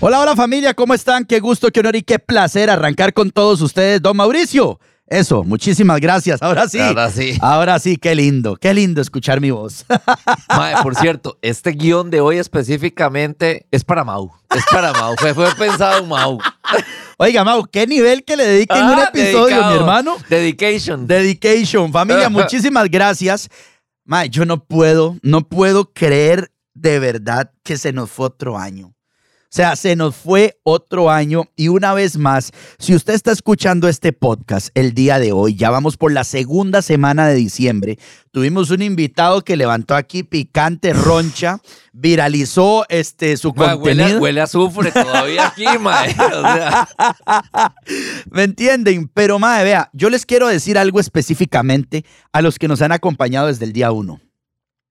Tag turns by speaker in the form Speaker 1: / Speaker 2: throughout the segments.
Speaker 1: Hola, hola familia, ¿cómo están? Qué gusto, qué honor y qué placer arrancar con todos ustedes, don Mauricio. Eso, muchísimas gracias. Ahora sí.
Speaker 2: Ahora sí.
Speaker 1: Ahora sí, qué lindo, qué lindo escuchar mi voz.
Speaker 2: Mae, por cierto, este guión de hoy específicamente es para Mau. Es para Mau. Fue, fue pensado en Mau.
Speaker 1: Oiga, Mau, qué nivel que le dediquen un
Speaker 2: Ah,
Speaker 1: episodio,
Speaker 2: dedicado.
Speaker 1: mi hermano.
Speaker 2: Dedication.
Speaker 1: Dedication, familia, muchísimas gracias. Mae, yo no puedo, no puedo creer de verdad que se nos fue otro año. O sea, se nos fue otro año y una vez más, si usted está escuchando este podcast el día de hoy, ya vamos por la segunda semana de diciembre, tuvimos un invitado que levantó aquí picante roncha, viralizó este su
Speaker 2: Mae, huele, a-
Speaker 1: contenido.
Speaker 2: huele a azufre todavía aquí, mae. O sea,
Speaker 1: ¿Me entienden? Pero madre, vea, yo les quiero decir algo específicamente a los que nos han acompañado desde el día uno.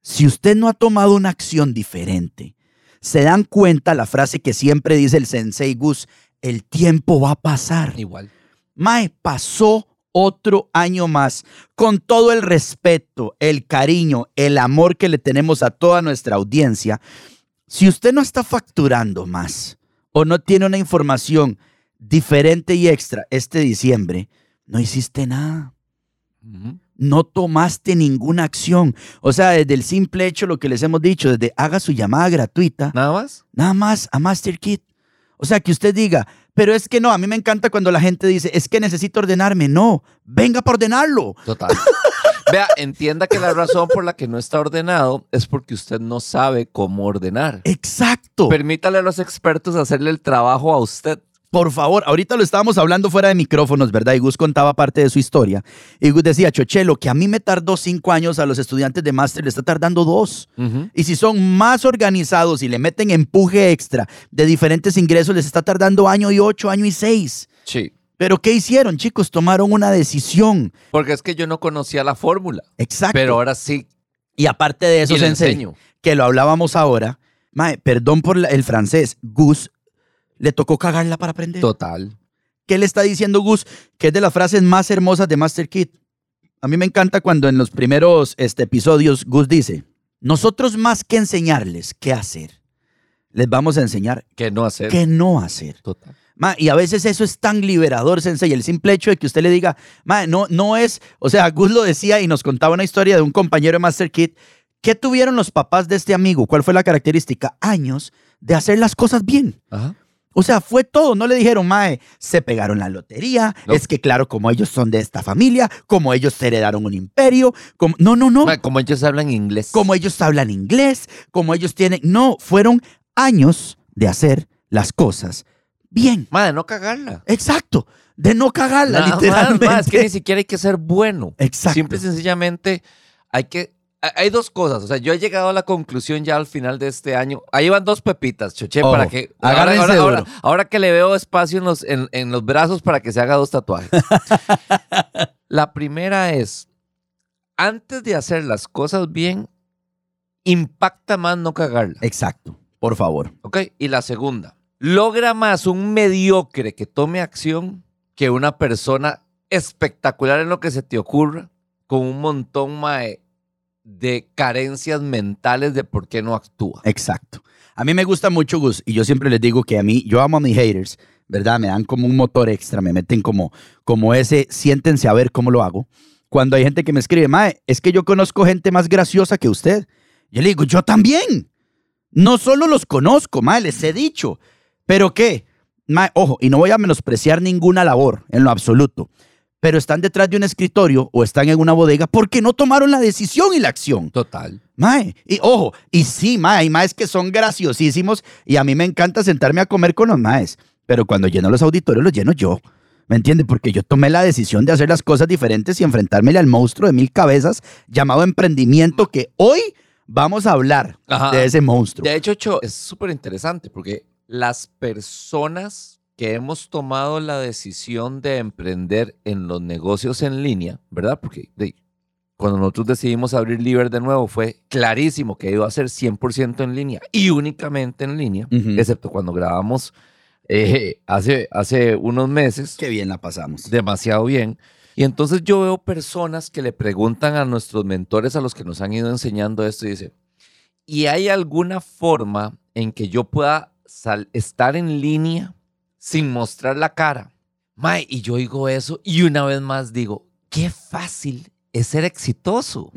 Speaker 1: Si usted no ha tomado una acción diferente, se dan cuenta la frase que siempre dice el sensei Gus, el tiempo va a pasar.
Speaker 2: igual.
Speaker 1: Mae, pasó otro año más. Con todo el respeto, el cariño, el amor que le tenemos a toda nuestra audiencia, si usted no está facturando más o no tiene una información diferente y extra este diciembre, no hiciste nada
Speaker 2: Ujú.
Speaker 1: no tomaste ninguna acción. O sea, desde el simple hecho, lo que les hemos dicho, desde haga su llamada gratuita,
Speaker 2: Nada más.
Speaker 1: nada más a MasterKit. O sea, que usted diga, pero es que no, a mí me encanta cuando la gente dice, es que necesito ordenarme. No, venga para ordenarlo.
Speaker 2: Total. Vea, entienda que la razón por la que no está ordenado es porque usted no sabe cómo ordenar.
Speaker 1: Exacto.
Speaker 2: Permítale a los expertos hacerle el trabajo a usted.
Speaker 1: Por favor, ahorita lo estábamos hablando fuera de micrófonos, ¿verdad? Y Gus contaba parte de su historia. Y Gus decía, Chochelo, que a mí me tardó cinco años, a los estudiantes de máster le está tardando dos.
Speaker 2: Ujú.
Speaker 1: Y si son más organizados y le meten empuje extra de diferentes ingresos, les está tardando año y ocho, año y seis.
Speaker 2: Sí.
Speaker 1: Pero ¿qué hicieron, chicos? Tomaron una decisión.
Speaker 2: Porque es que yo no conocía la fórmula.
Speaker 1: Exacto.
Speaker 2: Pero ahora sí.
Speaker 1: y aparte de eso,
Speaker 2: y le
Speaker 1: sensei,
Speaker 2: enseño.
Speaker 1: que lo hablábamos ahora, mae, perdón por la- el francés, Gus le tocó cagarla para aprender.
Speaker 2: Total.
Speaker 1: ¿Qué le está diciendo Gus? Que es de las frases más hermosas de Master Kid. A mí me encanta cuando en los primeros este, episodios Gus dice, nosotros más que enseñarles qué hacer, les vamos a enseñar
Speaker 2: Que no hacer.
Speaker 1: qué no hacer.
Speaker 2: Total.
Speaker 1: Ma, y a veces eso es tan liberador, Sensei, el simple hecho de que usted le diga, ma, no, no es, o sea, Gus lo decía y nos contaba una historia de un compañero de Master Kid. ¿Qué tuvieron los papás de este amigo? ¿Cuál fue la característica? Años de hacer las cosas bien.
Speaker 2: Ajá.
Speaker 1: O sea, fue todo, no le dijeron, mae, se pegaron la lotería,
Speaker 2: No.
Speaker 1: es que claro, como ellos son de esta familia, como ellos se heredaron un imperio, como... no, no, no,
Speaker 2: Ma, Como ellos hablan inglés.
Speaker 1: como ellos hablan inglés, como ellos tienen, no, fueron años de hacer las cosas bien.
Speaker 2: Madre, no cagarla.
Speaker 1: Exacto, de no cagarla,
Speaker 2: Nada más,
Speaker 1: literalmente.
Speaker 2: ma, es que ni siquiera hay que ser bueno.
Speaker 1: Exacto.
Speaker 2: Simple y sencillamente hay que. hay- Hay dos cosas. O sea, yo he llegado a la conclusión ya al final de este año. Ahí van dos pepitas, choche,
Speaker 1: Ojo,
Speaker 2: para que. Ahora,
Speaker 1: agárrense
Speaker 2: ahora-
Speaker 1: duro.
Speaker 2: ahora- ahora que le veo espacio en los, en, en los brazos para que se haga dos tatuajes. la primera es: antes de hacer las cosas bien, impacta más no cagarla.
Speaker 1: Exacto, por favor.
Speaker 2: ¿Ok? Y la segunda, logra más un mediocre que tome acción que una persona espectacular en lo que se te ocurra, con un montón mae, de carencias mentales de por qué no actúa.
Speaker 1: Exacto. A mí me gusta mucho Gus y yo siempre les digo que a mí, yo amo a mis haters, ¿verdad? Me dan como un motor extra, me meten como, como ese, siéntense a ver cómo lo hago. cuando hay gente que me escribe, Mae, es que yo conozco gente más graciosa que usted. Yo le digo, yo también. No solo los conozco, Mae, les he dicho. Pero qué, Mae, ojo, y no voy a menospreciar ninguna labor en lo absoluto. Pero están detrás de un escritorio o están en una bodega porque no tomaron la decisión y la acción.
Speaker 2: Total.
Speaker 1: Mae, y ojo, y sí, mae, hay maes que son graciosísimos y a mí me encanta sentarme a comer con los maes, pero cuando lleno los auditorios los lleno yo. ¿Me entiende? Porque yo tomé la decisión de hacer las cosas diferentes y enfrentármele al monstruo de mil cabezas llamado emprendimiento que hoy vamos a hablar
Speaker 2: Ajá.
Speaker 1: de ese monstruo.
Speaker 2: Ah, De hecho, Cho, es súper interesante porque las personas que hemos tomado la decisión de emprender en los negocios en línea, ¿verdad? Porque de- cuando nosotros decidimos abrir Liber de nuevo fue clarísimo que iba a ser 100% en línea y únicamente en línea,
Speaker 1: Ujú.
Speaker 2: excepto cuando grabamos eh, hace, hace unos meses.
Speaker 1: Qué bien la pasamos.
Speaker 2: demasiado bien. Y entonces yo veo personas que le preguntan a nuestros mentores, a los que nos han ido enseñando esto, y dicen, ¿y hay alguna forma en que yo pueda sal- estar en línea sin mostrar la cara? Mae, y yo digo eso y una vez más digo, qué fácil es ser exitoso.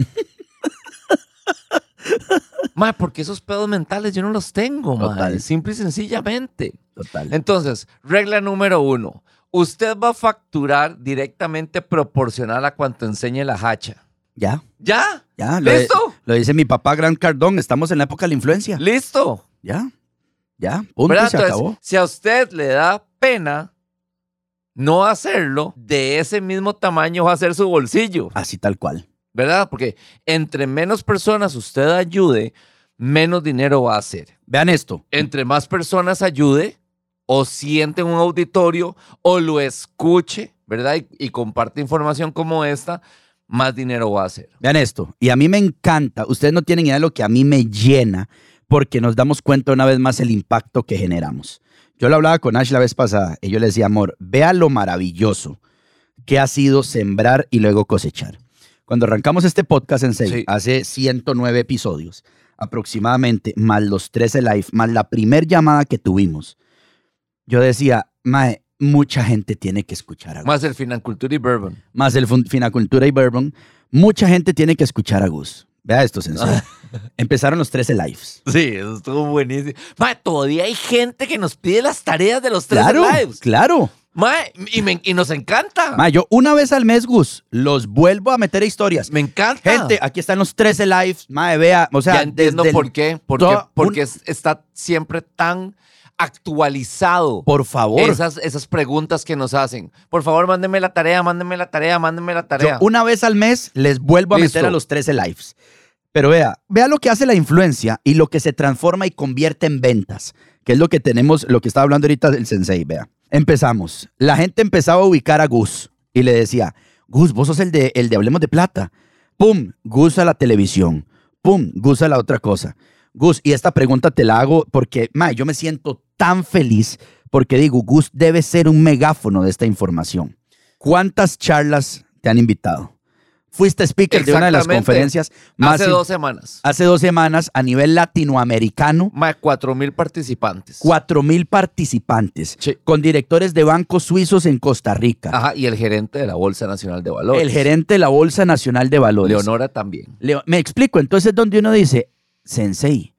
Speaker 2: mae, porque esos pedos mentales yo no los tengo, mae.
Speaker 1: Total.
Speaker 2: Simple y sencillamente.
Speaker 1: Total.
Speaker 2: Entonces, regla número uno. Usted va a facturar directamente proporcional a cuanto enseñe la hacha.
Speaker 1: Ya,
Speaker 2: ¿Ya?
Speaker 1: ya. Lo, de-
Speaker 2: ¿Listo?
Speaker 1: lo dice mi papá Gran Cardón, estamos en la época de la influencia.
Speaker 2: Listo.
Speaker 1: Ya, ya. Punto y
Speaker 2: ¿Verdad?
Speaker 1: se
Speaker 2: Entonces,
Speaker 1: acabó.
Speaker 2: si a usted le da pena no hacerlo, de ese mismo tamaño va a ser su bolsillo,
Speaker 1: Así tal cual.
Speaker 2: ¿verdad? Porque entre menos personas usted ayude, menos dinero va a hacer.
Speaker 1: Vean esto.
Speaker 2: entre más personas ayude o siente en un auditorio o lo escuche, ¿verdad? Y, y comparte información como esta, más dinero va a hacer.
Speaker 1: Vean esto, y a mí me encanta, ustedes no tienen idea de lo que a mí me llena, porque nos damos cuenta una vez más el impacto que generamos. Yo lo hablaba con Ash la vez pasada, y yo le decía, amor, vea lo maravilloso que ha sido sembrar y luego cosechar. Cuando arrancamos este podcast en serio,
Speaker 2: Sí.
Speaker 1: hace 109 episodios aproximadamente, más los 13 live, más la primer llamada que tuvimos, yo decía, mae, mucha gente tiene que escuchar a Gus".
Speaker 2: Más el Financultura y Bourbon.
Speaker 1: más el Fun- Finacultura y Bourbon, mucha gente tiene que escuchar a Gus. Vea esto, Sensei. Empezaron los 13 lives.
Speaker 2: Sí, eso estuvo buenísimo. Mae, todavía hay gente que nos pide las tareas de los tres
Speaker 1: Claro,
Speaker 2: lives. Ah.
Speaker 1: claro.
Speaker 2: Mae, y, me- y nos encanta.
Speaker 1: Ma, yo una vez al mes, Gus, los vuelvo a meter a historias.
Speaker 2: me encanta.
Speaker 1: Gente, aquí están los 13 lives. Mae, vea, o sea,
Speaker 2: ya entiendo
Speaker 1: desde el-
Speaker 2: por qué. Porque,
Speaker 1: todo-
Speaker 2: porque
Speaker 1: un-
Speaker 2: es- está siempre tan actualizado.
Speaker 1: Por favor.
Speaker 2: Esas, esas preguntas que nos hacen. Por favor, mándenme la tarea, mándenme la tarea, mándenme la
Speaker 1: Yo
Speaker 2: tarea.
Speaker 1: una vez al mes les vuelvo a
Speaker 2: Listo.
Speaker 1: meter a los 13 lives. Pero vea, vea lo que hace la influencia y lo que se transforma y convierte en ventas, que es lo que tenemos, lo que está hablando ahorita el sensei, vea. Empezamos. La gente empezaba a ubicar a Gus y le decía, Gus, vos sos el de, el de Hablemos de Plata. Pum, Gus a la televisión. Pum, Gus a la otra cosa. Gus, y esta pregunta te la hago porque, ma, yo me siento tan feliz porque digo, Gus debe ser un megáfono de esta información. ¿Cuántas charlas te han invitado? Fuiste speaker de una de las
Speaker 2: Exactamente.
Speaker 1: conferencias más
Speaker 2: Hace
Speaker 1: in-
Speaker 2: dos semanas.
Speaker 1: hace dos semanas a nivel latinoamericano.
Speaker 2: Más de 4 mil participantes.
Speaker 1: 4 mil participantes
Speaker 2: Sí.
Speaker 1: con directores de bancos suizos en Costa Rica.
Speaker 2: Ajá, y el gerente de la Bolsa Nacional de Valores.
Speaker 1: el gerente de la Bolsa Nacional de Valores.
Speaker 2: Leonora también.
Speaker 1: Leo- me explico, entonces donde uno dice, sensei,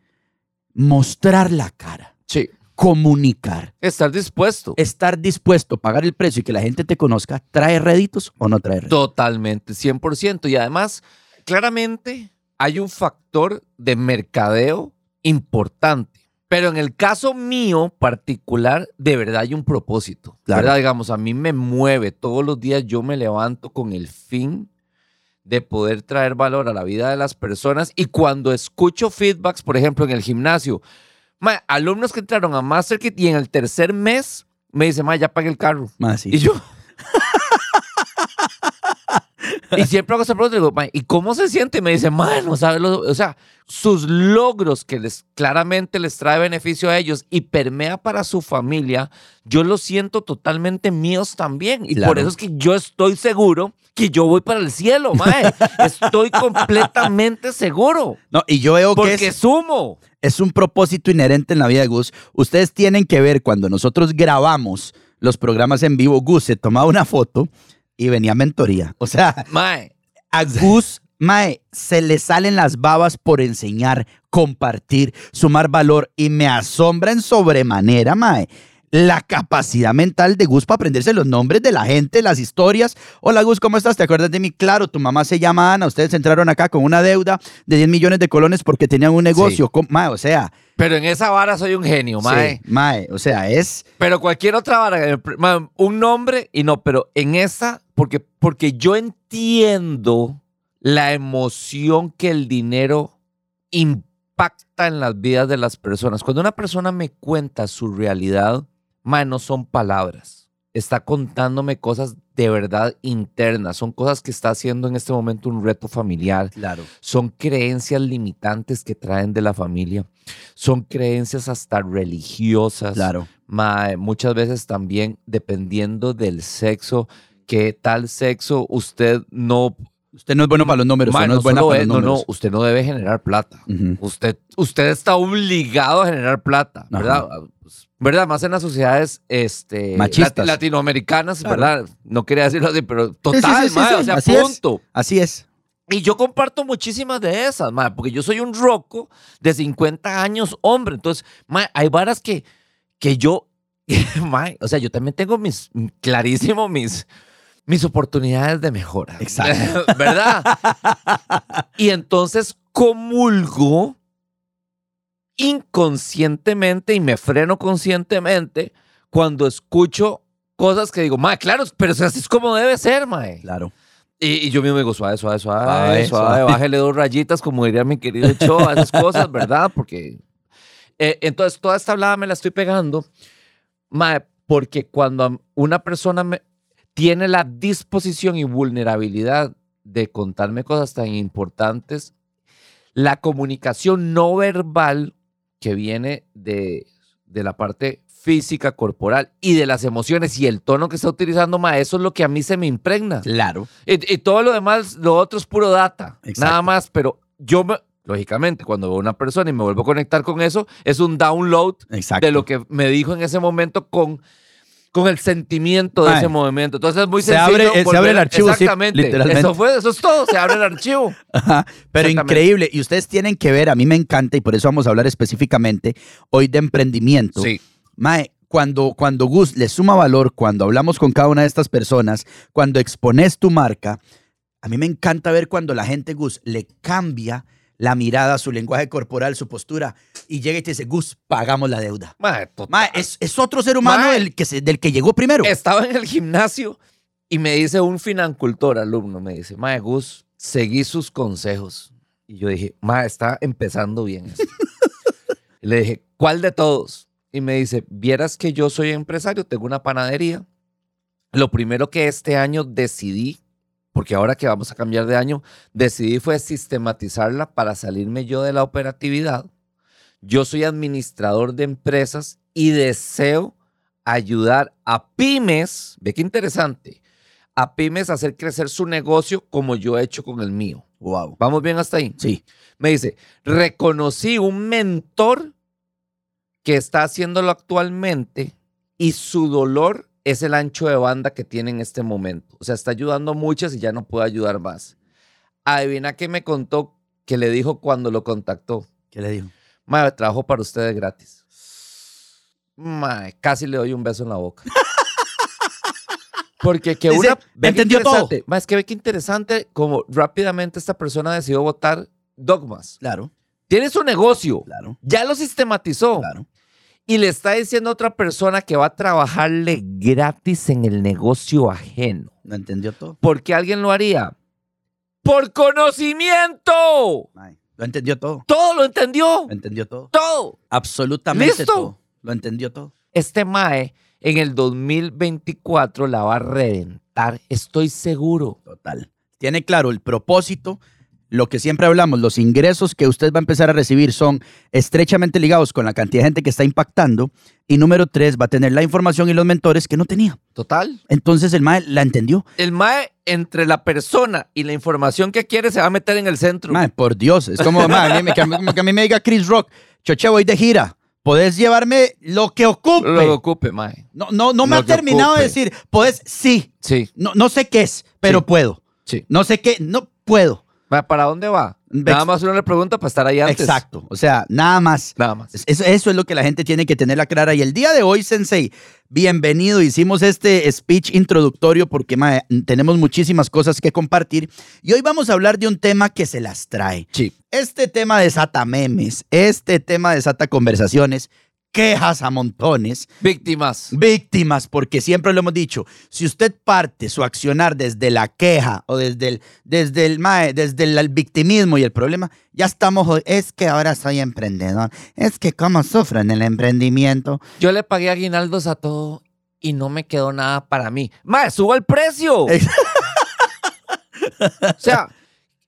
Speaker 1: mostrar la cara,
Speaker 2: Sí.
Speaker 1: comunicar,
Speaker 2: Estar dispuesto.
Speaker 1: estar dispuesto a pagar el precio y que la gente te conozca, ¿trae réditos o no trae réditos?
Speaker 2: Totalmente, 100%. Y además, claramente hay un factor de mercadeo importante. Pero en el caso mío particular, de verdad hay un propósito.
Speaker 1: Claro.
Speaker 2: ¿verdad? Digamos, a mí me mueve. Todos los días yo me levanto con el fin de poder traer valor a la vida de las personas. Y cuando escucho feedbacks, por ejemplo, en el gimnasio, ma, alumnos que entraron a MasterKit y en el tercer mes me dicen, ma, ya pagué el carro.
Speaker 1: Más sí.
Speaker 2: Y yo. y siempre hago esa pregunta y digo, "Mae, ¿y cómo se siente? Y me dice, "Mae, no sabe lo-". O sea, sus logros que les claramente les trae beneficio a ellos y permea para su familia, yo los siento totalmente míos también. Y por
Speaker 1: Claro.
Speaker 2: eso es que yo estoy seguro que yo voy para el cielo, mae. Estoy completamente seguro.
Speaker 1: No, y yo veo que
Speaker 2: Porque
Speaker 1: es,
Speaker 2: sumo.
Speaker 1: es un propósito inherente en la vida de Gus. Ustedes tienen que ver cuando nosotros grabamos los programas en vivo, Gus se tomaba una foto y venía a mentoría. O sea,
Speaker 2: Mae,
Speaker 1: A Gus, mae, se le salen las babas por enseñar, compartir, sumar valor y me asombra en sobremanera, mae. La capacidad mental de Gus para aprenderse los nombres de la gente, las historias. Hola Gus, ¿cómo estás? ¿Te acuerdas de mí? Claro, tu mamá se llama Ana. Ustedes entraron acá con una deuda de 10 millones de colones porque tenían un negocio. ¿Cómo? Mae, o sea,
Speaker 2: Pero en esa vara soy un genio, mae.
Speaker 1: sí, mae, o sea, es.
Speaker 2: Pero cualquier otra vara, eh, pr- ma, un nombre y no, pero en esa, porque, porque yo entiendo la emoción que el dinero impacta en las vidas de las personas. Cuando una persona me cuenta su realidad, ma, no son palabras. Está contándome cosas de verdad internas. Son cosas que está haciendo en este momento un reto familiar
Speaker 1: Claro.
Speaker 2: son creencias limitantes que traen de la familia, son creencias hasta religiosas,
Speaker 1: Claro.
Speaker 2: Mae, muchas veces también dependiendo del sexo, que tal sexo usted no,
Speaker 1: Usted no es bueno para los números.
Speaker 2: Mae,
Speaker 1: usted no,
Speaker 2: no
Speaker 1: es buena
Speaker 2: solo
Speaker 1: para
Speaker 2: es-
Speaker 1: los
Speaker 2: no, no,
Speaker 1: números.
Speaker 2: usted no debe generar plata.
Speaker 1: Ujú.
Speaker 2: Usted, usted está obligado a generar plata,
Speaker 1: Ajá.
Speaker 2: ¿verdad? Pues, ¿Verdad? Más en las sociedades este,
Speaker 1: Machistas.
Speaker 2: lati- latinoamericanas,
Speaker 1: Claro.
Speaker 2: ¿verdad? No quería decirlo así, pero
Speaker 1: sí,
Speaker 2: total,
Speaker 1: sí,
Speaker 2: mae,
Speaker 1: sí.
Speaker 2: o sea,
Speaker 1: Así es.
Speaker 2: punto.
Speaker 1: Así es.
Speaker 2: Y yo comparto muchísimas de esas, mae, porque yo soy un roco de 50 años, hombre. Entonces, mae, hay varas que, que yo, mae, o sea, yo también tengo mis, clarísimo mis, mis oportunidades de mejora.
Speaker 1: Exacto.
Speaker 2: ¿Verdad? y entonces comulgo inconscientemente y me freno conscientemente cuando escucho cosas que digo, mae, claro, pero o sea, así es como debe ser, mae.
Speaker 1: Claro.
Speaker 2: Y, y yo mismo digo, suave, suave, suave,
Speaker 1: Suave,
Speaker 2: suave,
Speaker 1: suave.
Speaker 2: bájele dos rayitas, como diría mi querido Cho, a esas cosas, ¿verdad? Porque. eh, entonces, toda esta hablada me la estoy pegando, mae, porque cuando a- una persona me- tiene la disposición y vulnerabilidad de contarme cosas tan importantes, la comunicación no verbal que viene de, de la parte física, corporal y de las emociones y el tono que está utilizando, mae, eso es lo que a mí se me impregna.
Speaker 1: Claro.
Speaker 2: Y, y todo lo demás, lo otro es puro data.
Speaker 1: Exacto.
Speaker 2: Nada más, pero yo, me- lógicamente, cuando veo a una persona y me vuelvo a conectar con eso, es un download
Speaker 1: Exacto.
Speaker 2: de lo que me dijo en ese momento con, con el sentimiento de
Speaker 1: Ay.
Speaker 2: ese movimiento. Entonces es muy
Speaker 1: Se
Speaker 2: sencillo.
Speaker 1: abre- eh, se
Speaker 2: volver-
Speaker 1: abre el archivo, sí,
Speaker 2: Exactamente.
Speaker 1: literalmente.
Speaker 2: Eso, fue, eso es todo. Se abre el archivo.
Speaker 1: Ajá, pero
Speaker 2: Exactamente.
Speaker 1: increíble. Y ustedes tienen que ver, a mí me encanta, y por eso vamos a hablar específicamente hoy de emprendimiento.
Speaker 2: Sí.
Speaker 1: Mae, cuando, cuando Gus le suma valor, cuando hablamos con cada una de estas personas, cuando expones tu marca, a mí me encanta ver cuando la gente, Gus, le cambia la mirada, su lenguaje corporal, su postura, y llega y te dice, Gus, pagamos la deuda.
Speaker 2: Mae, total.
Speaker 1: Mae, es, es otro ser humano
Speaker 2: Mae.
Speaker 1: del, que se- del que llegó primero.
Speaker 2: Estaba en el gimnasio y me dice un financultor, alumno, me dice, Mae Gus, seguí sus consejos. Y yo dije, Mae, está empezando bien. esto". Y Le dije, ¿cuál de todos? Y me dice, vieras que yo soy empresario, tengo una panadería. Lo primero que este año decidí, porque ahora que vamos a cambiar de año, decidí fue sistematizarla para salirme yo de la operatividad. Yo soy administrador de empresas y deseo ayudar a pymes, ve qué interesante, a pymes a hacer crecer su negocio como yo he hecho con el mío.
Speaker 1: Wow.
Speaker 2: ¿Vamos bien hasta ahí?
Speaker 1: Sí.
Speaker 2: Me dice, reconocí un mentor que está haciéndolo actualmente y su dolor es el ancho de banda que tiene en este momento. O sea, está ayudando a muchas y ya no puede ayudar más. Adivina qué me contó que le dijo cuando lo contactó.
Speaker 1: ¿Qué le dijo?
Speaker 2: Mae, trabajo para ustedes gratis. Mae, casi le doy un beso en la boca. Porque que
Speaker 1: Dice,
Speaker 2: una... ve qué
Speaker 1: entendió todo.
Speaker 2: interesante, mae, es que ve que interesante como rápidamente esta persona decidió votar dogmas.
Speaker 1: Claro,
Speaker 2: Tiene su negocio,
Speaker 1: claro,
Speaker 2: ya lo sistematizó
Speaker 1: claro.
Speaker 2: y le está diciendo a otra persona que va a trabajarle gratis en el negocio ajeno.
Speaker 1: No entendió todo.
Speaker 2: ¿Por qué alguien lo haría? ¡Por conocimiento!
Speaker 1: Mae, Lo entendió todo.
Speaker 2: Todo lo entendió.
Speaker 1: Lo entendió todo.
Speaker 2: Todo.
Speaker 1: Absolutamente
Speaker 2: ¿Listo?
Speaker 1: todo. Lo entendió todo.
Speaker 2: este Mae en el 2024 la va a reventar, estoy seguro.
Speaker 1: Total. Tiene claro el propósito, lo que siempre hablamos, los ingresos que usted va a empezar a recibir son estrechamente ligados con la cantidad de gente que está impactando. Y número tres, va a tener la información y los mentores que no tenía.
Speaker 2: Total.
Speaker 1: Entonces el mae la entendió.
Speaker 2: El Mae entre la persona y la información que quiere se va a meter en el centro.
Speaker 1: Mae, por Dios, es como, mae, a mí me- que, a mí- como que a mí me diga Chris Rock, choche, voy de gira, podés llevarme lo que ocupe.
Speaker 2: Lo que ocupe, Mae.
Speaker 1: no, no, no me
Speaker 2: lo
Speaker 1: ha
Speaker 2: que
Speaker 1: terminado de
Speaker 2: ocupe.
Speaker 1: decir, podés, sí,
Speaker 2: Sí,
Speaker 1: no, no sé qué es, pero
Speaker 2: Sí.
Speaker 1: puedo.
Speaker 2: sí.
Speaker 1: No sé qué, no, puedo.
Speaker 2: Ma, ¿Para dónde va?
Speaker 1: Ve-
Speaker 2: Nada más uno le pregunta para estar ahí antes.
Speaker 1: Exacto. O sea, nada más.
Speaker 2: Nada más.
Speaker 1: Eso, eso es lo que la gente tiene que tenerla clara. Y el día de hoy, Sensei, bienvenido. Hicimos este speech introductorio porque mae, tenemos muchísimas cosas que compartir. Y hoy vamos a hablar de un tema que se las trae.
Speaker 2: Sí.
Speaker 1: Este tema desata memes, este tema desata conversaciones, quejas a montones,
Speaker 2: Víctimas.
Speaker 1: víctimas, porque siempre lo hemos dicho, si usted parte su accionar desde la queja o desde el, desde el, mae, desde el, el victimismo y el problema, ya estamos, jod- es que ahora soy emprendedor, es que cómo sufro en el emprendimiento.
Speaker 2: Yo le pagué aguinaldos a todo y no me quedó nada para mí. Más, suba el precio. o
Speaker 1: Ex-
Speaker 2: sea,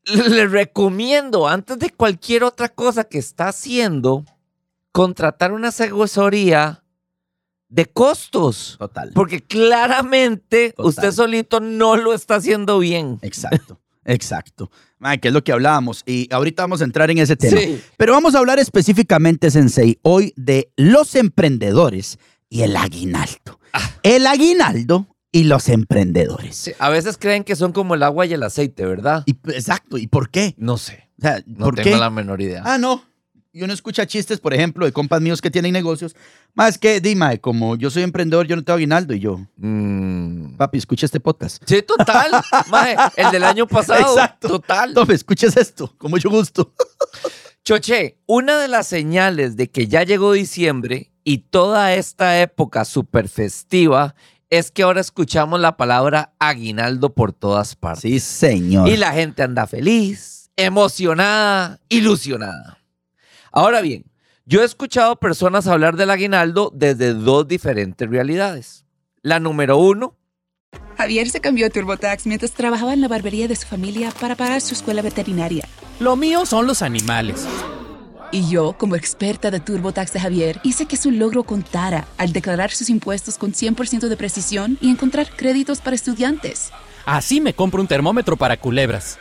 Speaker 2: le recomiendo, antes de cualquier otra cosa que está haciendo, contratar una asesoría de costos.
Speaker 1: Total.
Speaker 2: Porque claramente
Speaker 1: Total.
Speaker 2: usted solito no lo está haciendo bien.
Speaker 1: Exacto, exacto. Mae, que es lo que hablábamos y ahorita vamos a entrar en ese tema.
Speaker 2: Sí.
Speaker 1: Pero vamos a hablar específicamente, Sensei, hoy de los emprendedores y el aguinaldo. El aguinaldo y los emprendedores.
Speaker 2: Sí, A veces creen que son como el agua y el aceite, ¿verdad?
Speaker 1: Y, exacto, ¿y por qué?
Speaker 2: No sé.
Speaker 1: O sea,
Speaker 2: No
Speaker 1: ¿por
Speaker 2: tengo
Speaker 1: qué?
Speaker 2: la menor idea.
Speaker 1: Ah, no. Y uno escucha chistes, por ejemplo, de compas míos que tienen negocios. Más que, dime, como yo soy emprendedor, yo no tengo aguinaldo. Y yo,
Speaker 2: Mm.
Speaker 1: papi, escucha este podcast.
Speaker 2: Sí, total. Maje, el del año pasado.
Speaker 1: Exacto.
Speaker 2: Total.
Speaker 1: Tome, escuches esto, con mucho gusto.
Speaker 2: Choche, una de las señales de que ya llegó diciembre y toda esta época súper festiva es que ahora escuchamos la palabra aguinaldo por todas partes.
Speaker 1: Sí, señor.
Speaker 2: Y la gente anda feliz, emocionada, ilusionada. Ahora bien, yo he escuchado personas hablar del aguinaldo desde dos diferentes realidades. La número uno,
Speaker 3: Javier se cambió a TurboTax mientras trabajaba en la barbería de su familia para pagar su escuela veterinaria.
Speaker 4: Lo mío son los animales.
Speaker 3: Y yo, como experta de TurboTax de Javier, hice que su logro contara al declarar sus impuestos con 100% de precisión y encontrar créditos para estudiantes.
Speaker 4: Así me compro un termómetro para culebras.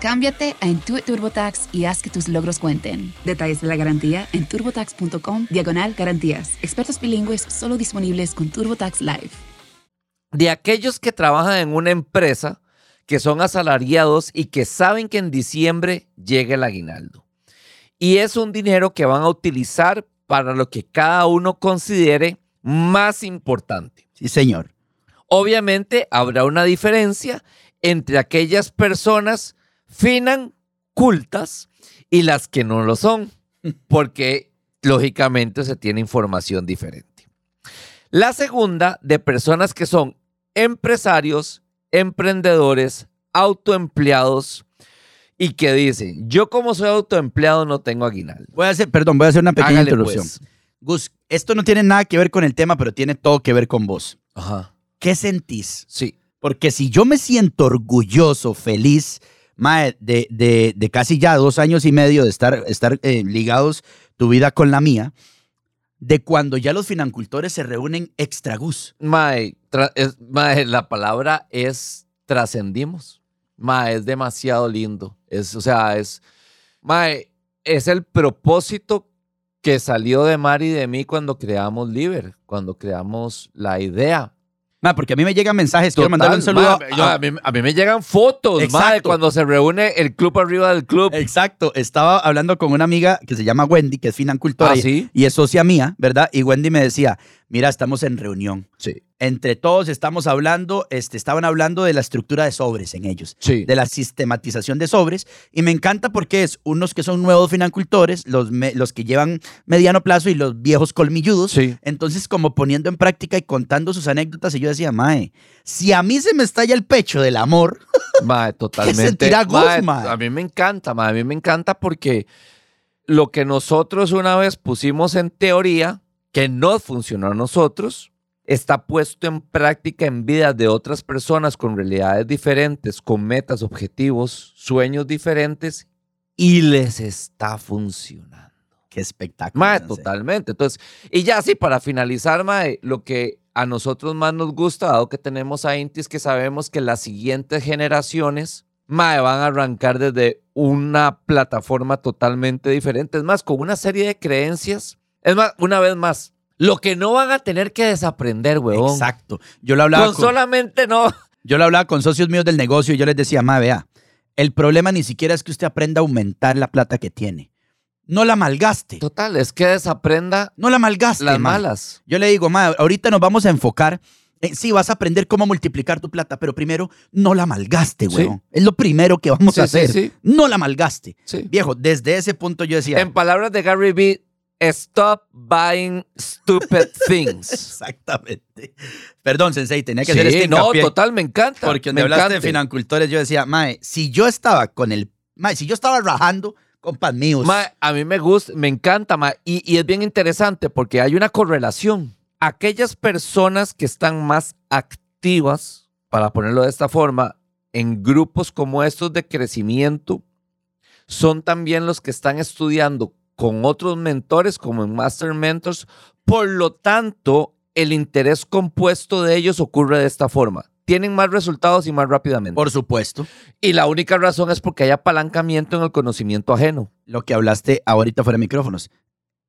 Speaker 3: Cámbiate a Intuit TurboTax y haz que tus logros cuenten. Detalles de la garantía en turbotax.com diagonal garantías. Expertos bilingües solo disponibles con TurboTax Live.
Speaker 2: de aquellos que trabajan en una empresa, que son asalariados y que saben que en diciembre llega el aguinaldo. Y es un dinero que van a utilizar para lo que cada uno considere más importante.
Speaker 1: Sí, señor.
Speaker 2: Obviamente habrá una diferencia entre aquellas personas finan cultas y las que no lo son, porque lógicamente se tiene información diferente. La segunda, de personas que son empresarios, emprendedores, autoempleados y que dicen, yo como soy autoempleado no tengo aguinaldo.
Speaker 1: Voy a hacer, perdón, voy a hacer una pequeña
Speaker 2: Hágale,
Speaker 1: introducción.
Speaker 2: pues.
Speaker 1: Gus, esto no tiene nada que ver con el tema, pero tiene todo que ver con vos.
Speaker 2: Ajá.
Speaker 1: ¿Qué sentís?
Speaker 2: Sí.
Speaker 1: Porque si yo me siento orgulloso, feliz, mae, de, de- de casi ya dos años y medio de estar, estar eh, ligados tu vida con la mía, de cuando ya los financultores se reúnen extra Gus.
Speaker 2: Mae, tra- es- mae, la palabra es trascendimos. Mae, es demasiado lindo. Es, o sea, es. Mae, es el propósito que salió de Mari y de mí cuando creamos Liber, cuando creamos la idea.
Speaker 1: Mae, porque a mí me llegan mensajes, quiero mandarle un
Speaker 2: Total,
Speaker 1: saludo.
Speaker 2: mae, yo-
Speaker 1: a-
Speaker 2: a, mí, a mí me llegan fotos, mae,
Speaker 1: Exacto.
Speaker 2: cuando se reúne el club arriba del club.
Speaker 1: Exacto, estaba hablando con una amiga que se llama Wendy, que es financultora
Speaker 2: Ah,
Speaker 1: y-
Speaker 2: ¿sí?
Speaker 1: y es socia mía, ¿verdad? Y Wendy me decía, mira, estamos en reunión.
Speaker 2: Sí.
Speaker 1: Entre todos estamos hablando, este, estaban hablando de la estructura de sobres en ellos.
Speaker 2: Sí.
Speaker 1: de la sistematización de sobres. Y me encanta porque es unos que son nuevos financultores, los, me- los que llevan mediano plazo y los viejos colmilludos.
Speaker 2: Sí.
Speaker 1: Entonces, como poniendo en práctica y contando sus anécdotas, y yo decía, Mae, si a mí se me estalla el pecho del amor,
Speaker 2: Mae, totalmente.
Speaker 1: sentirá Gus,
Speaker 2: Mae,
Speaker 1: mae?
Speaker 2: A mí me encanta, mae, a mí me encanta porque lo que nosotros una vez pusimos en teoría, que no funcionó a nosotros, está puesto en práctica en vidas de otras personas con realidades diferentes, con metas, objetivos, sueños diferentes y les está funcionando.
Speaker 1: qué espectáculo.
Speaker 2: Mae,
Speaker 1: no sé.
Speaker 2: totalmente. Entonces, y ya sí, para finalizar, Mae, lo que a nosotros más nos gusta, dado que tenemos a Intis, que sabemos que las siguientes generaciones, Mae, van a arrancar desde una plataforma totalmente diferente. Es más, con una serie de creencias. Es más, una vez más, lo que no van a tener que desaprender, huevón.
Speaker 1: Exacto. Yo lo hablaba
Speaker 2: Con
Speaker 1: con,
Speaker 2: solamente no,
Speaker 1: Yo lo hablaba con socios míos del negocio y yo les decía, ma, vea, el problema ni siquiera es que usted aprenda a aumentar la plata que tiene. No la malgaste.
Speaker 2: Total, es que desaprenda
Speaker 1: No la malgaste.
Speaker 2: las
Speaker 1: ma".
Speaker 2: malas.
Speaker 1: Yo le digo, ma, ahorita nos vamos a enfocar. en- sí, vas a aprender cómo multiplicar tu plata, pero primero no la malgaste,
Speaker 2: Sí.
Speaker 1: weón. Es lo primero que vamos
Speaker 2: Sí,
Speaker 1: a
Speaker 2: sí,
Speaker 1: hacer.
Speaker 2: sí.
Speaker 1: No la malgaste.
Speaker 2: Sí. Em.
Speaker 1: Viejo, desde ese punto yo decía.
Speaker 2: En palabras de Gary B, stop buying stupid things.
Speaker 1: Exactamente. Perdón, Sensei, tenía que hacer
Speaker 2: Sí,
Speaker 1: este
Speaker 2: no,
Speaker 1: hincapié,
Speaker 2: total, me encanta.
Speaker 1: Porque donde
Speaker 2: me
Speaker 1: hablaste de
Speaker 2: encanta.
Speaker 1: financultores, yo decía, mae, si yo estaba con el. Mae, si yo estaba rajando, compas míos.
Speaker 2: Ma, a mí me gusta, me encanta, ma, y, y es bien interesante porque hay una correlación. Aquellas personas que están más activas, para ponerlo de esta forma, en grupos como estos de crecimiento, son también los que están estudiando con otros mentores, como en Master Mentors. Por lo tanto, el interés compuesto de ellos ocurre de esta forma. Tienen más resultados y más rápidamente.
Speaker 1: por supuesto.
Speaker 2: y la única razón es porque hay apalancamiento en el conocimiento ajeno.
Speaker 1: Lo que hablaste ahorita fuera de micrófonos.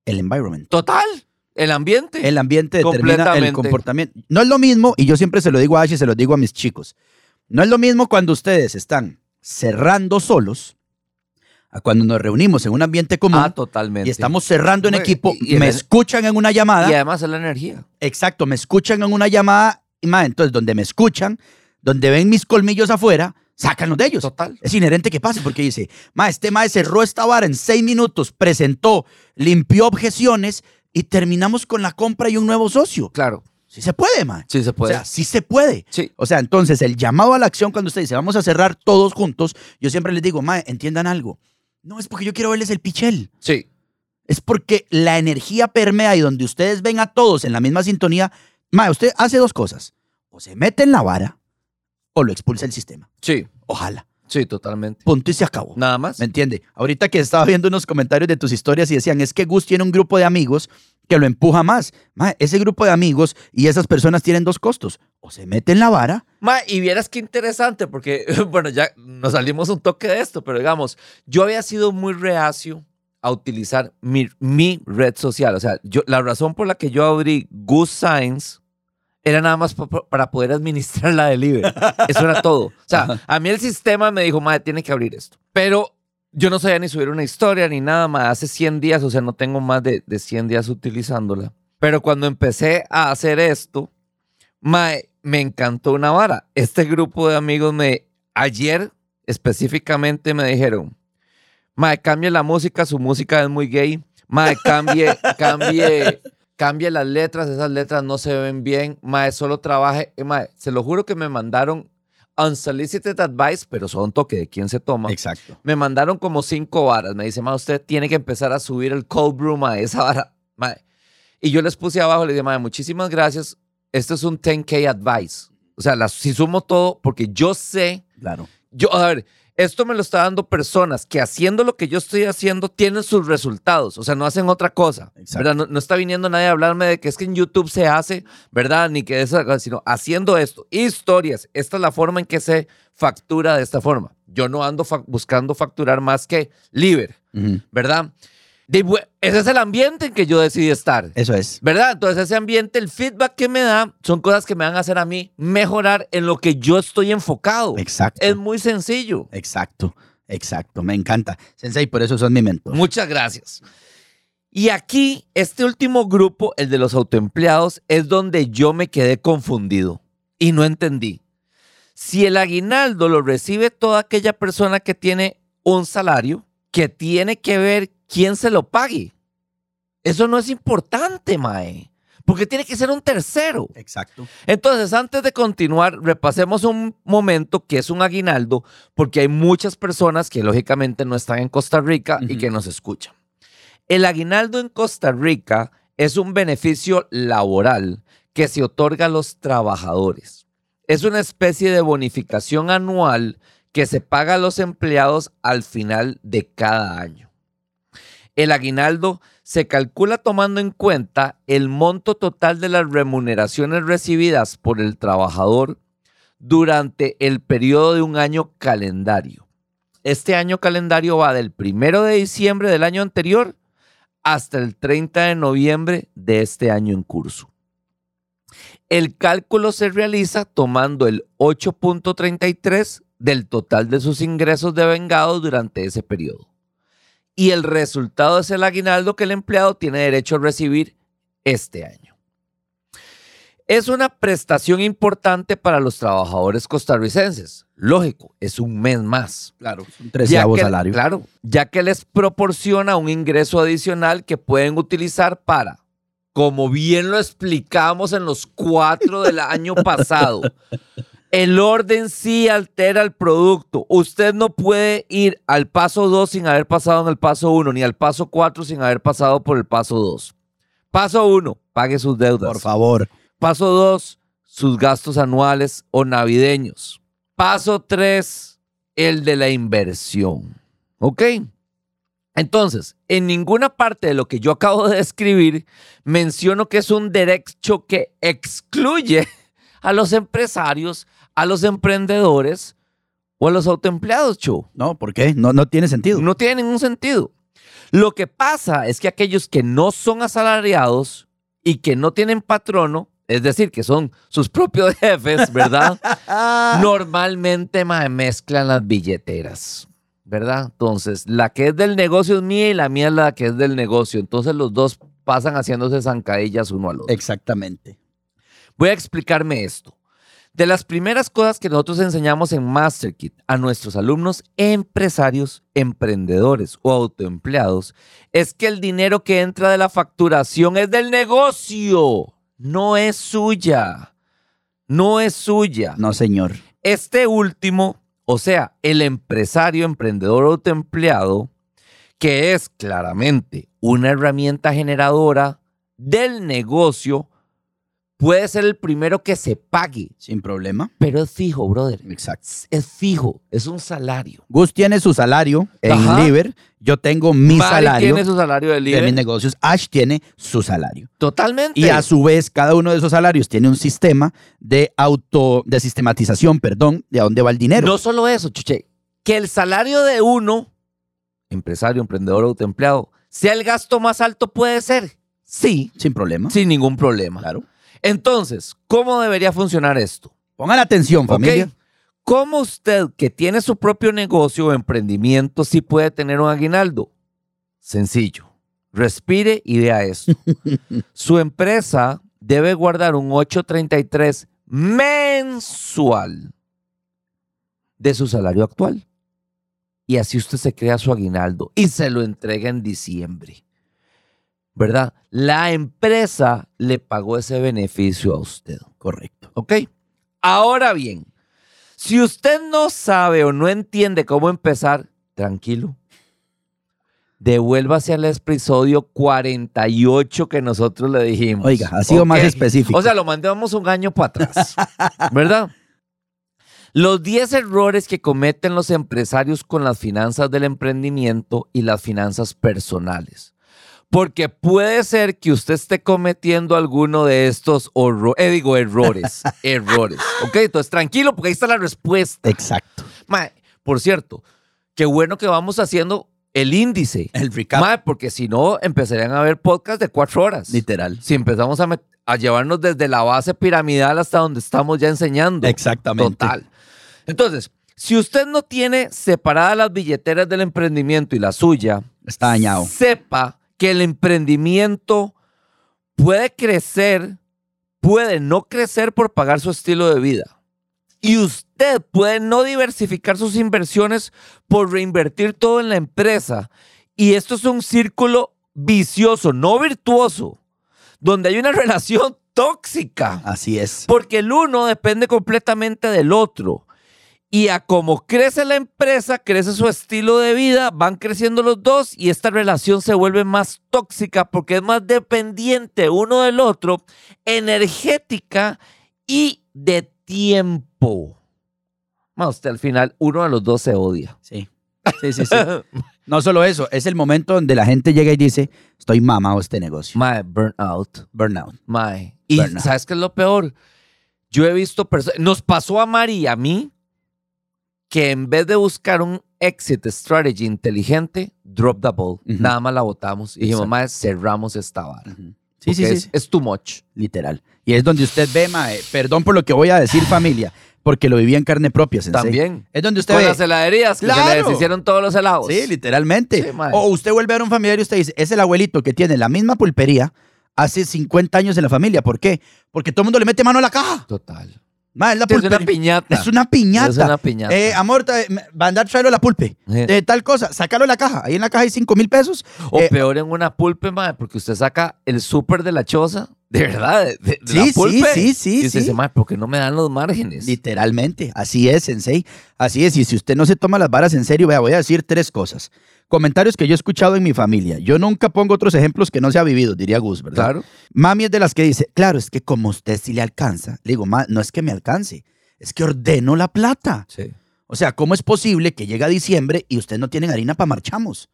Speaker 1: El environment.
Speaker 2: Total, el ambiente.
Speaker 1: El ambiente determina el
Speaker 2: Completamente.
Speaker 1: comportamiento. No es lo mismo, y yo siempre se lo digo a Ash y se lo digo a mis chicos. No es lo mismo cuando ustedes están cerrando solos a cuando nos reunimos en un ambiente común
Speaker 2: ah, totalmente.
Speaker 1: y estamos cerrando en
Speaker 2: Bueno,
Speaker 1: equipo,
Speaker 2: y-
Speaker 1: me
Speaker 2: y en el-
Speaker 1: escuchan en una llamada.
Speaker 2: Y además es la energía.
Speaker 1: Exacto, me escuchan en una llamada, y más, entonces donde me escuchan, donde ven mis colmillos afuera, sácanos de ellos.
Speaker 2: Total.
Speaker 1: Es inherente que pase, porque dice, ma, este ma cerró esta vara en seis minutos, presentó, limpió objeciones y terminamos con la compra y un nuevo socio.
Speaker 2: Claro.
Speaker 1: Sí se puede, ma.
Speaker 2: Sí se
Speaker 1: O
Speaker 2: puede.
Speaker 1: sea, sí se puede.
Speaker 2: sí.
Speaker 1: O sea, entonces el llamado a la acción cuando usted dice, vamos a cerrar todos juntos, yo siempre les digo, ma, entiendan algo. No es porque yo quiero verles el pichel.
Speaker 2: Sí.
Speaker 1: Es porque la energía permea y donde ustedes ven a todos en la misma sintonía, mae, usted hace dos cosas. O se mete en la vara o lo expulsa el sistema.
Speaker 2: Sí.
Speaker 1: Ojalá.
Speaker 2: Sí, totalmente.
Speaker 1: Punto y se acabó.
Speaker 2: Nada más.
Speaker 1: ¿Me entiende? Ahorita que estaba viendo unos comentarios de tus historias y decían, es que Gus tiene un grupo de amigos que lo empuja más. Mae, ese grupo de amigos y esas personas tienen dos costos. O se mete en la vara.
Speaker 2: Ma, y vieras qué interesante, porque, bueno, ya nos salimos un toque de esto, pero digamos, yo había sido muy reacio a utilizar mi, mi red social. O sea, yo, la razón por la que yo abrí Goose Science era nada más pa- pa- para poder administrar la delivery. Eso era todo. O sea, a mí el sistema me dijo, madre, tiene que abrir esto. Pero yo no sabía ni subir una historia ni nada más. Hace 100 días, o sea, no tengo más de, de 100 días utilizándola. Pero cuando empecé a hacer esto, Mae, me encantó una vara. Este grupo de amigos me ayer específicamente me dijeron, Mae, cambie la música, su música es muy gay. Mae, cambie, cambie, cambie las letras, esas letras no se ven bien. Mae, solo trabaje. Eh, Mae, se lo juro que me mandaron unsolicited advice, pero son toque de quién se toma.
Speaker 1: Exacto.
Speaker 2: Me mandaron como cinco varas. Me dice, ma, usted tiene que empezar a subir el cold brew, ma, esa vara. ma". Y yo les puse abajo, le dije, ma, muchísimas gracias. Esto es un 10K advice. O sea, las- si sumo todo, porque yo sé,
Speaker 1: Claro.
Speaker 2: yo, a ver, esto me lo está dando personas que haciendo lo que yo estoy haciendo tienen sus resultados. O sea, no hacen otra cosa.
Speaker 1: Exacto.
Speaker 2: ¿verdad? No, no está viniendo nadie a hablarme de que es que en YouTube se hace, ¿verdad? Ni que eso, sino haciendo esto. Historias. Esta es la forma en que se factura de esta forma. Yo no ando fac- buscando facturar más que libre,
Speaker 1: Ujú.
Speaker 2: ¿verdad? De bu- ese es el ambiente en que yo decidí estar.
Speaker 1: Eso es.
Speaker 2: ¿Verdad? Entonces ese ambiente, el feedback que me da, son cosas que me van a hacer a mí mejorar en lo que yo estoy enfocado.
Speaker 1: Exacto.
Speaker 2: Es muy sencillo.
Speaker 1: Exacto. Exacto. Me encanta. Sensei, por eso son mi mentor.
Speaker 2: Muchas gracias. Y aquí, este último grupo, el de los autoempleados, es donde yo me quedé confundido y no entendí. Si el aguinaldo lo recibe toda aquella persona que tiene un salario, que tiene que ver quién se lo pague. Eso no es importante, Mae, porque tiene que ser un tercero.
Speaker 1: Exacto.
Speaker 2: Entonces, antes de continuar, repasemos un momento que es un aguinaldo, porque hay muchas personas que lógicamente no están en Costa Rica y
Speaker 1: Ujú.
Speaker 2: que nos escuchan. El aguinaldo en Costa Rica es un beneficio laboral que se otorga a los trabajadores. Es una especie de bonificación anual que se paga a los empleados al final de cada año. El aguinaldo se calcula tomando en cuenta el monto total de las remuneraciones recibidas por el trabajador durante el periodo de un año calendario. Este año calendario va del 1 de diciembre del año anterior hasta el 30 de noviembre de este año en curso. El cálculo se realiza tomando el 8.33 del total de sus ingresos de vengado durante ese periodo. Y el resultado es el aguinaldo que el empleado tiene derecho a recibir este año. Es una prestación importante para los trabajadores costarricenses. Lógico, es un mes más.
Speaker 1: Claro, un
Speaker 2: Ya que- Claro, ya que les proporciona un ingreso adicional que pueden utilizar para, como bien lo explicamos en los cuatro del año pasado, el orden sí altera el producto. Usted no puede ir al paso 2 sin haber pasado en el paso 1, ni al paso 4 sin haber pasado por el paso 2. Paso 1, pague sus deudas.
Speaker 1: Por favor.
Speaker 2: Paso 2, sus gastos anuales o navideños. Paso 3, el de la inversión. ¿Ok? Entonces, en ninguna parte de lo que yo acabo de describir menciono que es un derecho que excluye a los empresarios, a los emprendedores o a los autoempleados, Chu.
Speaker 1: No, ¿por qué? No, no tiene sentido.
Speaker 2: No tiene ningún sentido. Lo que pasa es que aquellos que no son asalariados y que no tienen patrono, es decir, que son sus propios jefes, ¿verdad? Normalmente mae, mezclan las billeteras, ¿verdad? Entonces, la que es del negocio es mía y la mía es la que es del negocio. Entonces, los dos pasan haciéndose zancadillas uno al otro.
Speaker 1: Exactamente.
Speaker 2: Voy a explicarme esto. De las primeras cosas que nosotros enseñamos en MasterKit a nuestros alumnos empresarios, emprendedores o autoempleados es que el dinero que entra de la facturación es del negocio, no es suya. No es suya.
Speaker 1: No, señor.
Speaker 2: Este último, o sea, el empresario, emprendedor o autoempleado, que es claramente una herramienta generadora del negocio, puede ser el primero que se pague,
Speaker 1: Sin problema.
Speaker 2: pero es fijo, brother.
Speaker 1: Exacto.
Speaker 2: Es- Es fijo, es un salario.
Speaker 1: Gus tiene su salario en
Speaker 2: Ajá.
Speaker 1: Liver. Yo tengo mi
Speaker 2: Mari
Speaker 1: salario
Speaker 2: tiene su salario de
Speaker 1: de mis
Speaker 2: libre.
Speaker 1: negocios. Ash tiene su salario.
Speaker 2: Totalmente.
Speaker 1: Y a su vez, cada uno de esos salarios tiene un sistema de auto, de sistematización, perdón, de a dónde va el dinero.
Speaker 2: No solo eso, chuche, que el salario de uno, empresario, emprendedor o autoempleado, sea el gasto más alto puede ser. Sí,
Speaker 1: Sin problema.
Speaker 2: Sin ningún problema. Claro. Entonces, ¿cómo debería funcionar esto?
Speaker 1: Pongan atención, familia.
Speaker 2: ¿Ok? ¿Cómo usted que tiene su propio negocio o emprendimiento sí puede tener un aguinaldo? Sencillo. Respire y vea esto. su empresa debe guardar un 833 mensual de su salario actual. Y así usted se crea su aguinaldo y se lo entrega en diciembre. ¿Verdad? La empresa le pagó ese beneficio a usted.
Speaker 1: Correcto.
Speaker 2: ¿Ok? Ahora bien, si usted no sabe o no entiende cómo empezar, tranquilo. Devuélvase al episodio 48 que nosotros le dijimos.
Speaker 1: Oiga, ha sido más
Speaker 2: ¿Ok?
Speaker 1: específico.
Speaker 2: O sea, lo mandamos un año para atrás, ¿verdad? Los 10 errores que cometen los empresarios con las finanzas del emprendimiento y las finanzas personales. Porque puede ser que usted esté cometiendo alguno de estos horro- eh, digo, errores. errores. Ok, entonces tranquilo, porque ahí está la respuesta.
Speaker 1: Exacto.
Speaker 2: Mae, por cierto, qué bueno que vamos haciendo el índice.
Speaker 1: El recap.
Speaker 2: Mae, porque si no, empezarían a haber podcast de cuatro horas.
Speaker 1: Literal.
Speaker 2: Si empezamos a, met- a llevarnos desde la base piramidal hasta donde estamos ya enseñando.
Speaker 1: Exactamente.
Speaker 2: Total. Entonces, si usted no tiene separadas las billeteras del emprendimiento y la suya,
Speaker 1: Está dañado.
Speaker 2: sepa que el emprendimiento puede crecer, puede no crecer por pagar su estilo de vida. Y usted puede no diversificar sus inversiones por reinvertir todo en la empresa. Y esto es un círculo vicioso, no virtuoso, donde hay una relación tóxica.
Speaker 1: Así es.
Speaker 2: Porque el uno depende completamente del otro. Y a como crece la empresa, crece su estilo de vida, van creciendo los dos y esta relación se vuelve más tóxica porque es más dependiente uno del otro, energética y de tiempo. Ma, usted al final, uno de los dos se odia.
Speaker 1: Sí. Sí, sí, sí. No solo eso, es el momento donde la gente llega y dice, estoy mamado de este negocio.
Speaker 2: Mae, burnout.
Speaker 1: Burnout.
Speaker 2: Mae. Y
Speaker 1: Burnout.
Speaker 2: ¿sabes qué es lo peor? Yo he visto personas. Nos pasó a Mari y a mí que en vez de buscar un exit strategy inteligente, drop the ball.
Speaker 1: Ujú.
Speaker 2: Nada más la botamos y dijimos,
Speaker 1: Exacto.
Speaker 2: mae, cerramos esta vara.
Speaker 1: Ujú. Sí, sí,
Speaker 2: porque
Speaker 1: sí,
Speaker 2: es,
Speaker 1: sí.
Speaker 2: es too much.
Speaker 1: literal. Y es donde usted ve, mae, perdón por lo que voy a decir, familia, porque lo viví en carne propia, sensei.
Speaker 2: También.
Speaker 1: Es donde usted
Speaker 2: Con
Speaker 1: ve.
Speaker 2: las heladerías que se le
Speaker 1: ¡Claro!
Speaker 2: deshicieron todos los helados.
Speaker 1: Sí, literalmente.
Speaker 2: Sí, mae.
Speaker 1: o usted vuelve a ver un familiar y usted dice, es el abuelito que tiene la misma pulpería hace 50 años en la familia. ¿Por qué? Porque todo el mundo le mete mano a la caja.
Speaker 2: Total.
Speaker 1: Mae, es la
Speaker 2: Es una
Speaker 1: pulpería.
Speaker 2: piñata.
Speaker 1: Es una piñata.
Speaker 2: Es una piñata.
Speaker 1: Eh, amor, trae- me- van a traerlo la pulpe.
Speaker 2: Sí.
Speaker 1: Eh, tal cosa, sácalo de la caja. Ahí en la caja hay 5 mil pesos.
Speaker 2: O
Speaker 1: Eh,
Speaker 2: peor en una pulpe, madre, porque usted saca el súper de la choza, de verdad, de, de- de
Speaker 1: Sí,
Speaker 2: la
Speaker 1: sí,
Speaker 2: pulpe.
Speaker 1: sí, sí,
Speaker 2: Y usted
Speaker 1: sí.
Speaker 2: dice, madre, ¿por qué no me dan los márgenes?
Speaker 1: Literalmente, así es, Sensei. Así es, y si usted no se toma las varas en serio, vea, voy a decir tres cosas. Comentarios que yo he escuchado en mi familia. Yo nunca pongo otros ejemplos que no se ha vivido, diría Gus, ¿verdad?
Speaker 2: Claro.
Speaker 1: Mami es de las que dice, claro, es que como usted sí le alcanza. Le digo, ma, no es que me alcance, es que ordeno la plata.
Speaker 2: Sí.
Speaker 1: O sea, ¿cómo es posible que llega diciembre y usted no tienen harina para marchamos?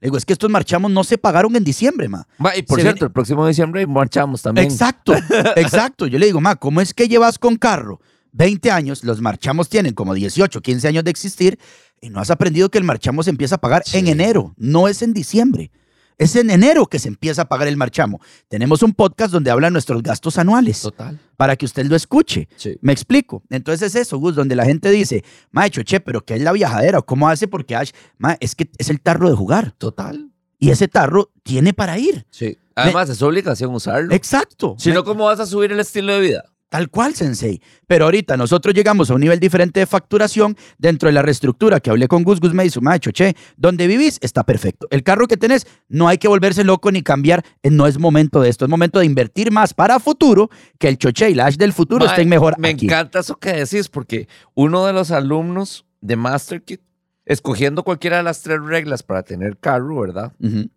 Speaker 1: Le digo, es que estos marchamos no se pagaron en diciembre, ma.
Speaker 2: Ma, y por
Speaker 1: Se
Speaker 2: cierto,
Speaker 1: viene-
Speaker 2: el próximo diciembre marchamos también.
Speaker 1: Exacto, exacto. Yo le digo, ma, ¿cómo es que llevas con carro 20 años? Los marchamos tienen como 18, 15 años de existir y no has aprendido que el marchamo se empieza a pagar en enero, no es en diciembre. Es en enero que se empieza a pagar el marchamo. Tenemos un podcast donde hablan nuestros gastos anuales
Speaker 2: Total.
Speaker 1: para que usted lo escuche.
Speaker 2: Sí.
Speaker 1: Me explico. Entonces es eso, Gus, donde la gente dice, macho, che, pero ¿qué es la viajadera? ¿O ¿Cómo hace? Porque Ash, ma, es que es el tarro de jugar.
Speaker 2: Total.
Speaker 1: Y ese tarro tiene para ir.
Speaker 2: Sí. Además, es obligación usarlo.
Speaker 1: Exacto.
Speaker 2: Si no, ¿cómo vas a subir el estilo de vida?
Speaker 1: Tal cual, Sensei. Pero ahorita nosotros llegamos a un nivel diferente de facturación dentro de la reestructura que hablé con Gus Gus me dice, macho, che, donde vivís está perfecto. El carro que tenés no hay que volverse loco ni cambiar. Eh, No es momento de esto. Es momento de invertir más para futuro que el choche y la Ash del futuro
Speaker 2: Ma,
Speaker 1: estén mejor
Speaker 2: Me
Speaker 1: aquí.
Speaker 2: encanta eso que decís, porque uno de los alumnos de MasterKit, escogiendo cualquiera de las tres reglas para tener carro, ¿verdad?
Speaker 1: Ujú.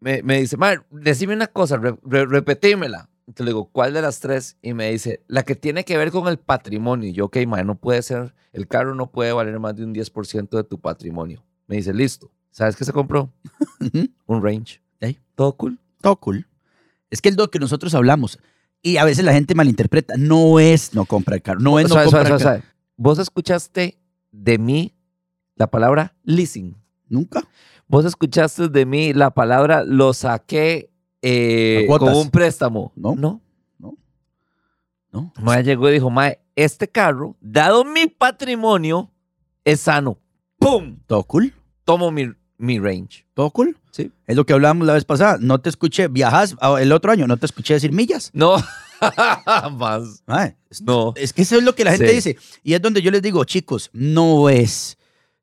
Speaker 2: me, me dice, madre, decime una cosa, re- re- repetímela. Entonces le digo, ¿cuál de las tres? Y me dice, la que tiene que ver con el patrimonio. Y yo, ok, madre, no puede ser, el carro no puede valer más de un 10% de tu patrimonio. Me dice, listo. ¿Sabes qué se compró?
Speaker 1: Ujú.
Speaker 2: Un range.
Speaker 1: Ey.
Speaker 2: Todo cool.
Speaker 1: Todo cool. Es que el do que nosotros hablamos, y a veces la gente malinterpreta, no es no comprar carro, no es no
Speaker 2: Suave,
Speaker 1: comprar
Speaker 2: suave, suave,
Speaker 1: carro.
Speaker 2: suave. Vos escuchaste de mí la palabra leasing.
Speaker 1: Nunca.
Speaker 2: Vos escuchaste de mí la palabra lo saqué eh,
Speaker 1: A cuotas.
Speaker 2: con un préstamo.
Speaker 1: No.
Speaker 2: No.
Speaker 1: No.
Speaker 2: Mae llegó y dijo, Mae, este carro, dado mi patrimonio, es sano. ¡Pum!
Speaker 1: Todo cool.
Speaker 2: Tomo mi, mi range.
Speaker 1: ¿Todo cool?
Speaker 2: Sí.
Speaker 1: Es lo que hablábamos la vez pasada. No te escuché, viajas ah, el otro año, no te escuché decir millas.
Speaker 2: No, más.
Speaker 1: Mae, es-
Speaker 2: No.
Speaker 1: Es que eso es lo que la gente
Speaker 2: Sí.
Speaker 1: dice. Y es donde yo les digo, chicos, no es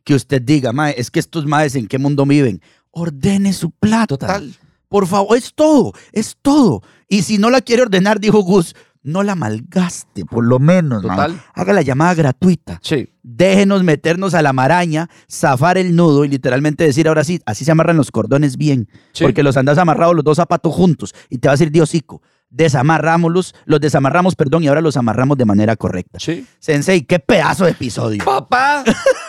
Speaker 1: que usted diga, mae, es que estos maes en qué mundo viven. Ordene su plata.
Speaker 2: Total.
Speaker 1: Por favor, es todo, es todo. Y si no la quiere ordenar, dijo Gus, no la malgaste, por lo menos. mae.
Speaker 2: Total.
Speaker 1: Haga la llamada gratuita.
Speaker 2: Sí.
Speaker 1: Déjenos meternos a la maraña, zafar el nudo y literalmente decir ahora sí, así se amarran los cordones bien.
Speaker 2: Sí.
Speaker 1: Porque los andas amarrados los dos zapatos juntos y te va a decir Diosico. Desamarrámoslos, los desamarramos, perdón, y ahora los amarramos de manera correcta.
Speaker 2: Sí.
Speaker 1: Sensei, qué pedazo de episodio.
Speaker 2: Papá,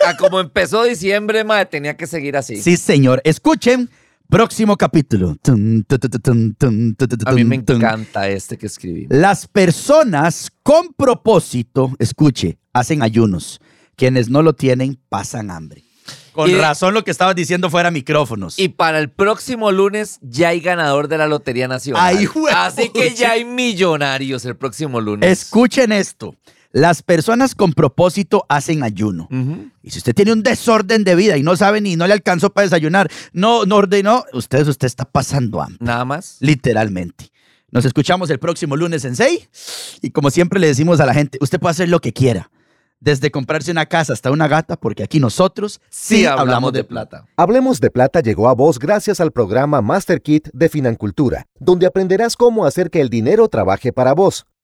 Speaker 2: a como empezó diciembre, Mae, tenía que seguir así.
Speaker 1: Sí, señor. Escuchen, próximo capítulo. Tun, tu, tu, tu, tun, tun, tu, tu, tu,
Speaker 2: A mí me
Speaker 1: tun, tun.
Speaker 2: encanta este que escribí.
Speaker 1: Las personas con propósito, escuche, hacen ayunos. Quienes no lo tienen, pasan hambre. Con
Speaker 2: Y-
Speaker 1: razón lo que estabas diciendo fuera micrófonos.
Speaker 2: Y para el próximo lunes ya hay ganador de la Lotería Nacional.
Speaker 1: Ay, huevo.
Speaker 2: Así que ya hay millonarios el próximo lunes.
Speaker 1: Escuchen esto. Las personas con propósito hacen ayuno.
Speaker 2: Ujú.
Speaker 1: Y si usted tiene un desorden de vida y no sabe ni no le alcanzó para desayunar, no, no ordenó, usted, usted está pasando hambre,
Speaker 2: Nada más.
Speaker 1: literalmente. Nos escuchamos el próximo lunes en 6 y como siempre le decimos a la gente, usted puede hacer lo que quiera, desde comprarse una casa hasta una gata, porque aquí nosotros sí, hablamos, de plata.
Speaker 5: Hablemos de Plata llegó a vos gracias al programa Master Kit de Financultura, donde aprenderás cómo hacer que el dinero trabaje para vos.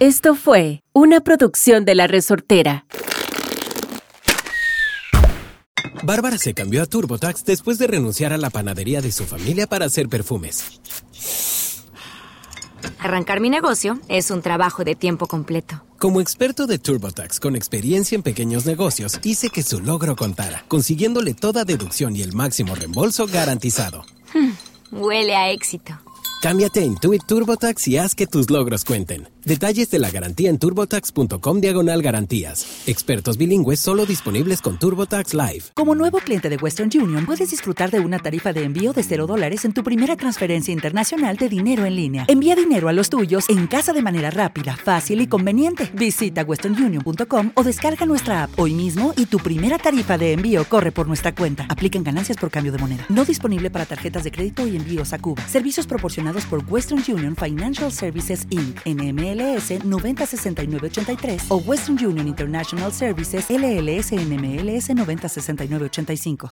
Speaker 6: Esto fue una producción de La Resortera.
Speaker 7: Bárbara se cambió a TurboTax después de renunciar a la panadería de su familia para hacer perfumes.
Speaker 8: Arrancar mi negocio es un trabajo de tiempo completo.
Speaker 7: Como experto de TurboTax con experiencia en pequeños negocios, hice que su logro contara, consiguiéndole toda deducción y el máximo reembolso garantizado.
Speaker 8: Huele a éxito.
Speaker 7: Cámbiate a Intuit TurboTax y haz que tus logros cuenten. Detalles de la garantía en turbotax.com diagonal garantías. Expertos bilingües solo disponibles con TurboTax Live.
Speaker 9: Como nuevo cliente de Western Union, puedes disfrutar de una tarifa de envío de 0 dólares en tu primera transferencia internacional de dinero en línea. Envía dinero a los tuyos en casa de manera rápida, fácil y conveniente. Visita westernunion.com o descarga nuestra app hoy mismo y tu primera tarifa de envío corre por nuestra cuenta. Aplican ganancias por cambio de moneda. No disponible para tarjetas de crédito y envíos a Cuba. Servicios proporcionados por Western Union Financial Services Inc. NMLS 906983 o Western Union International Services LLS NMLS 906985.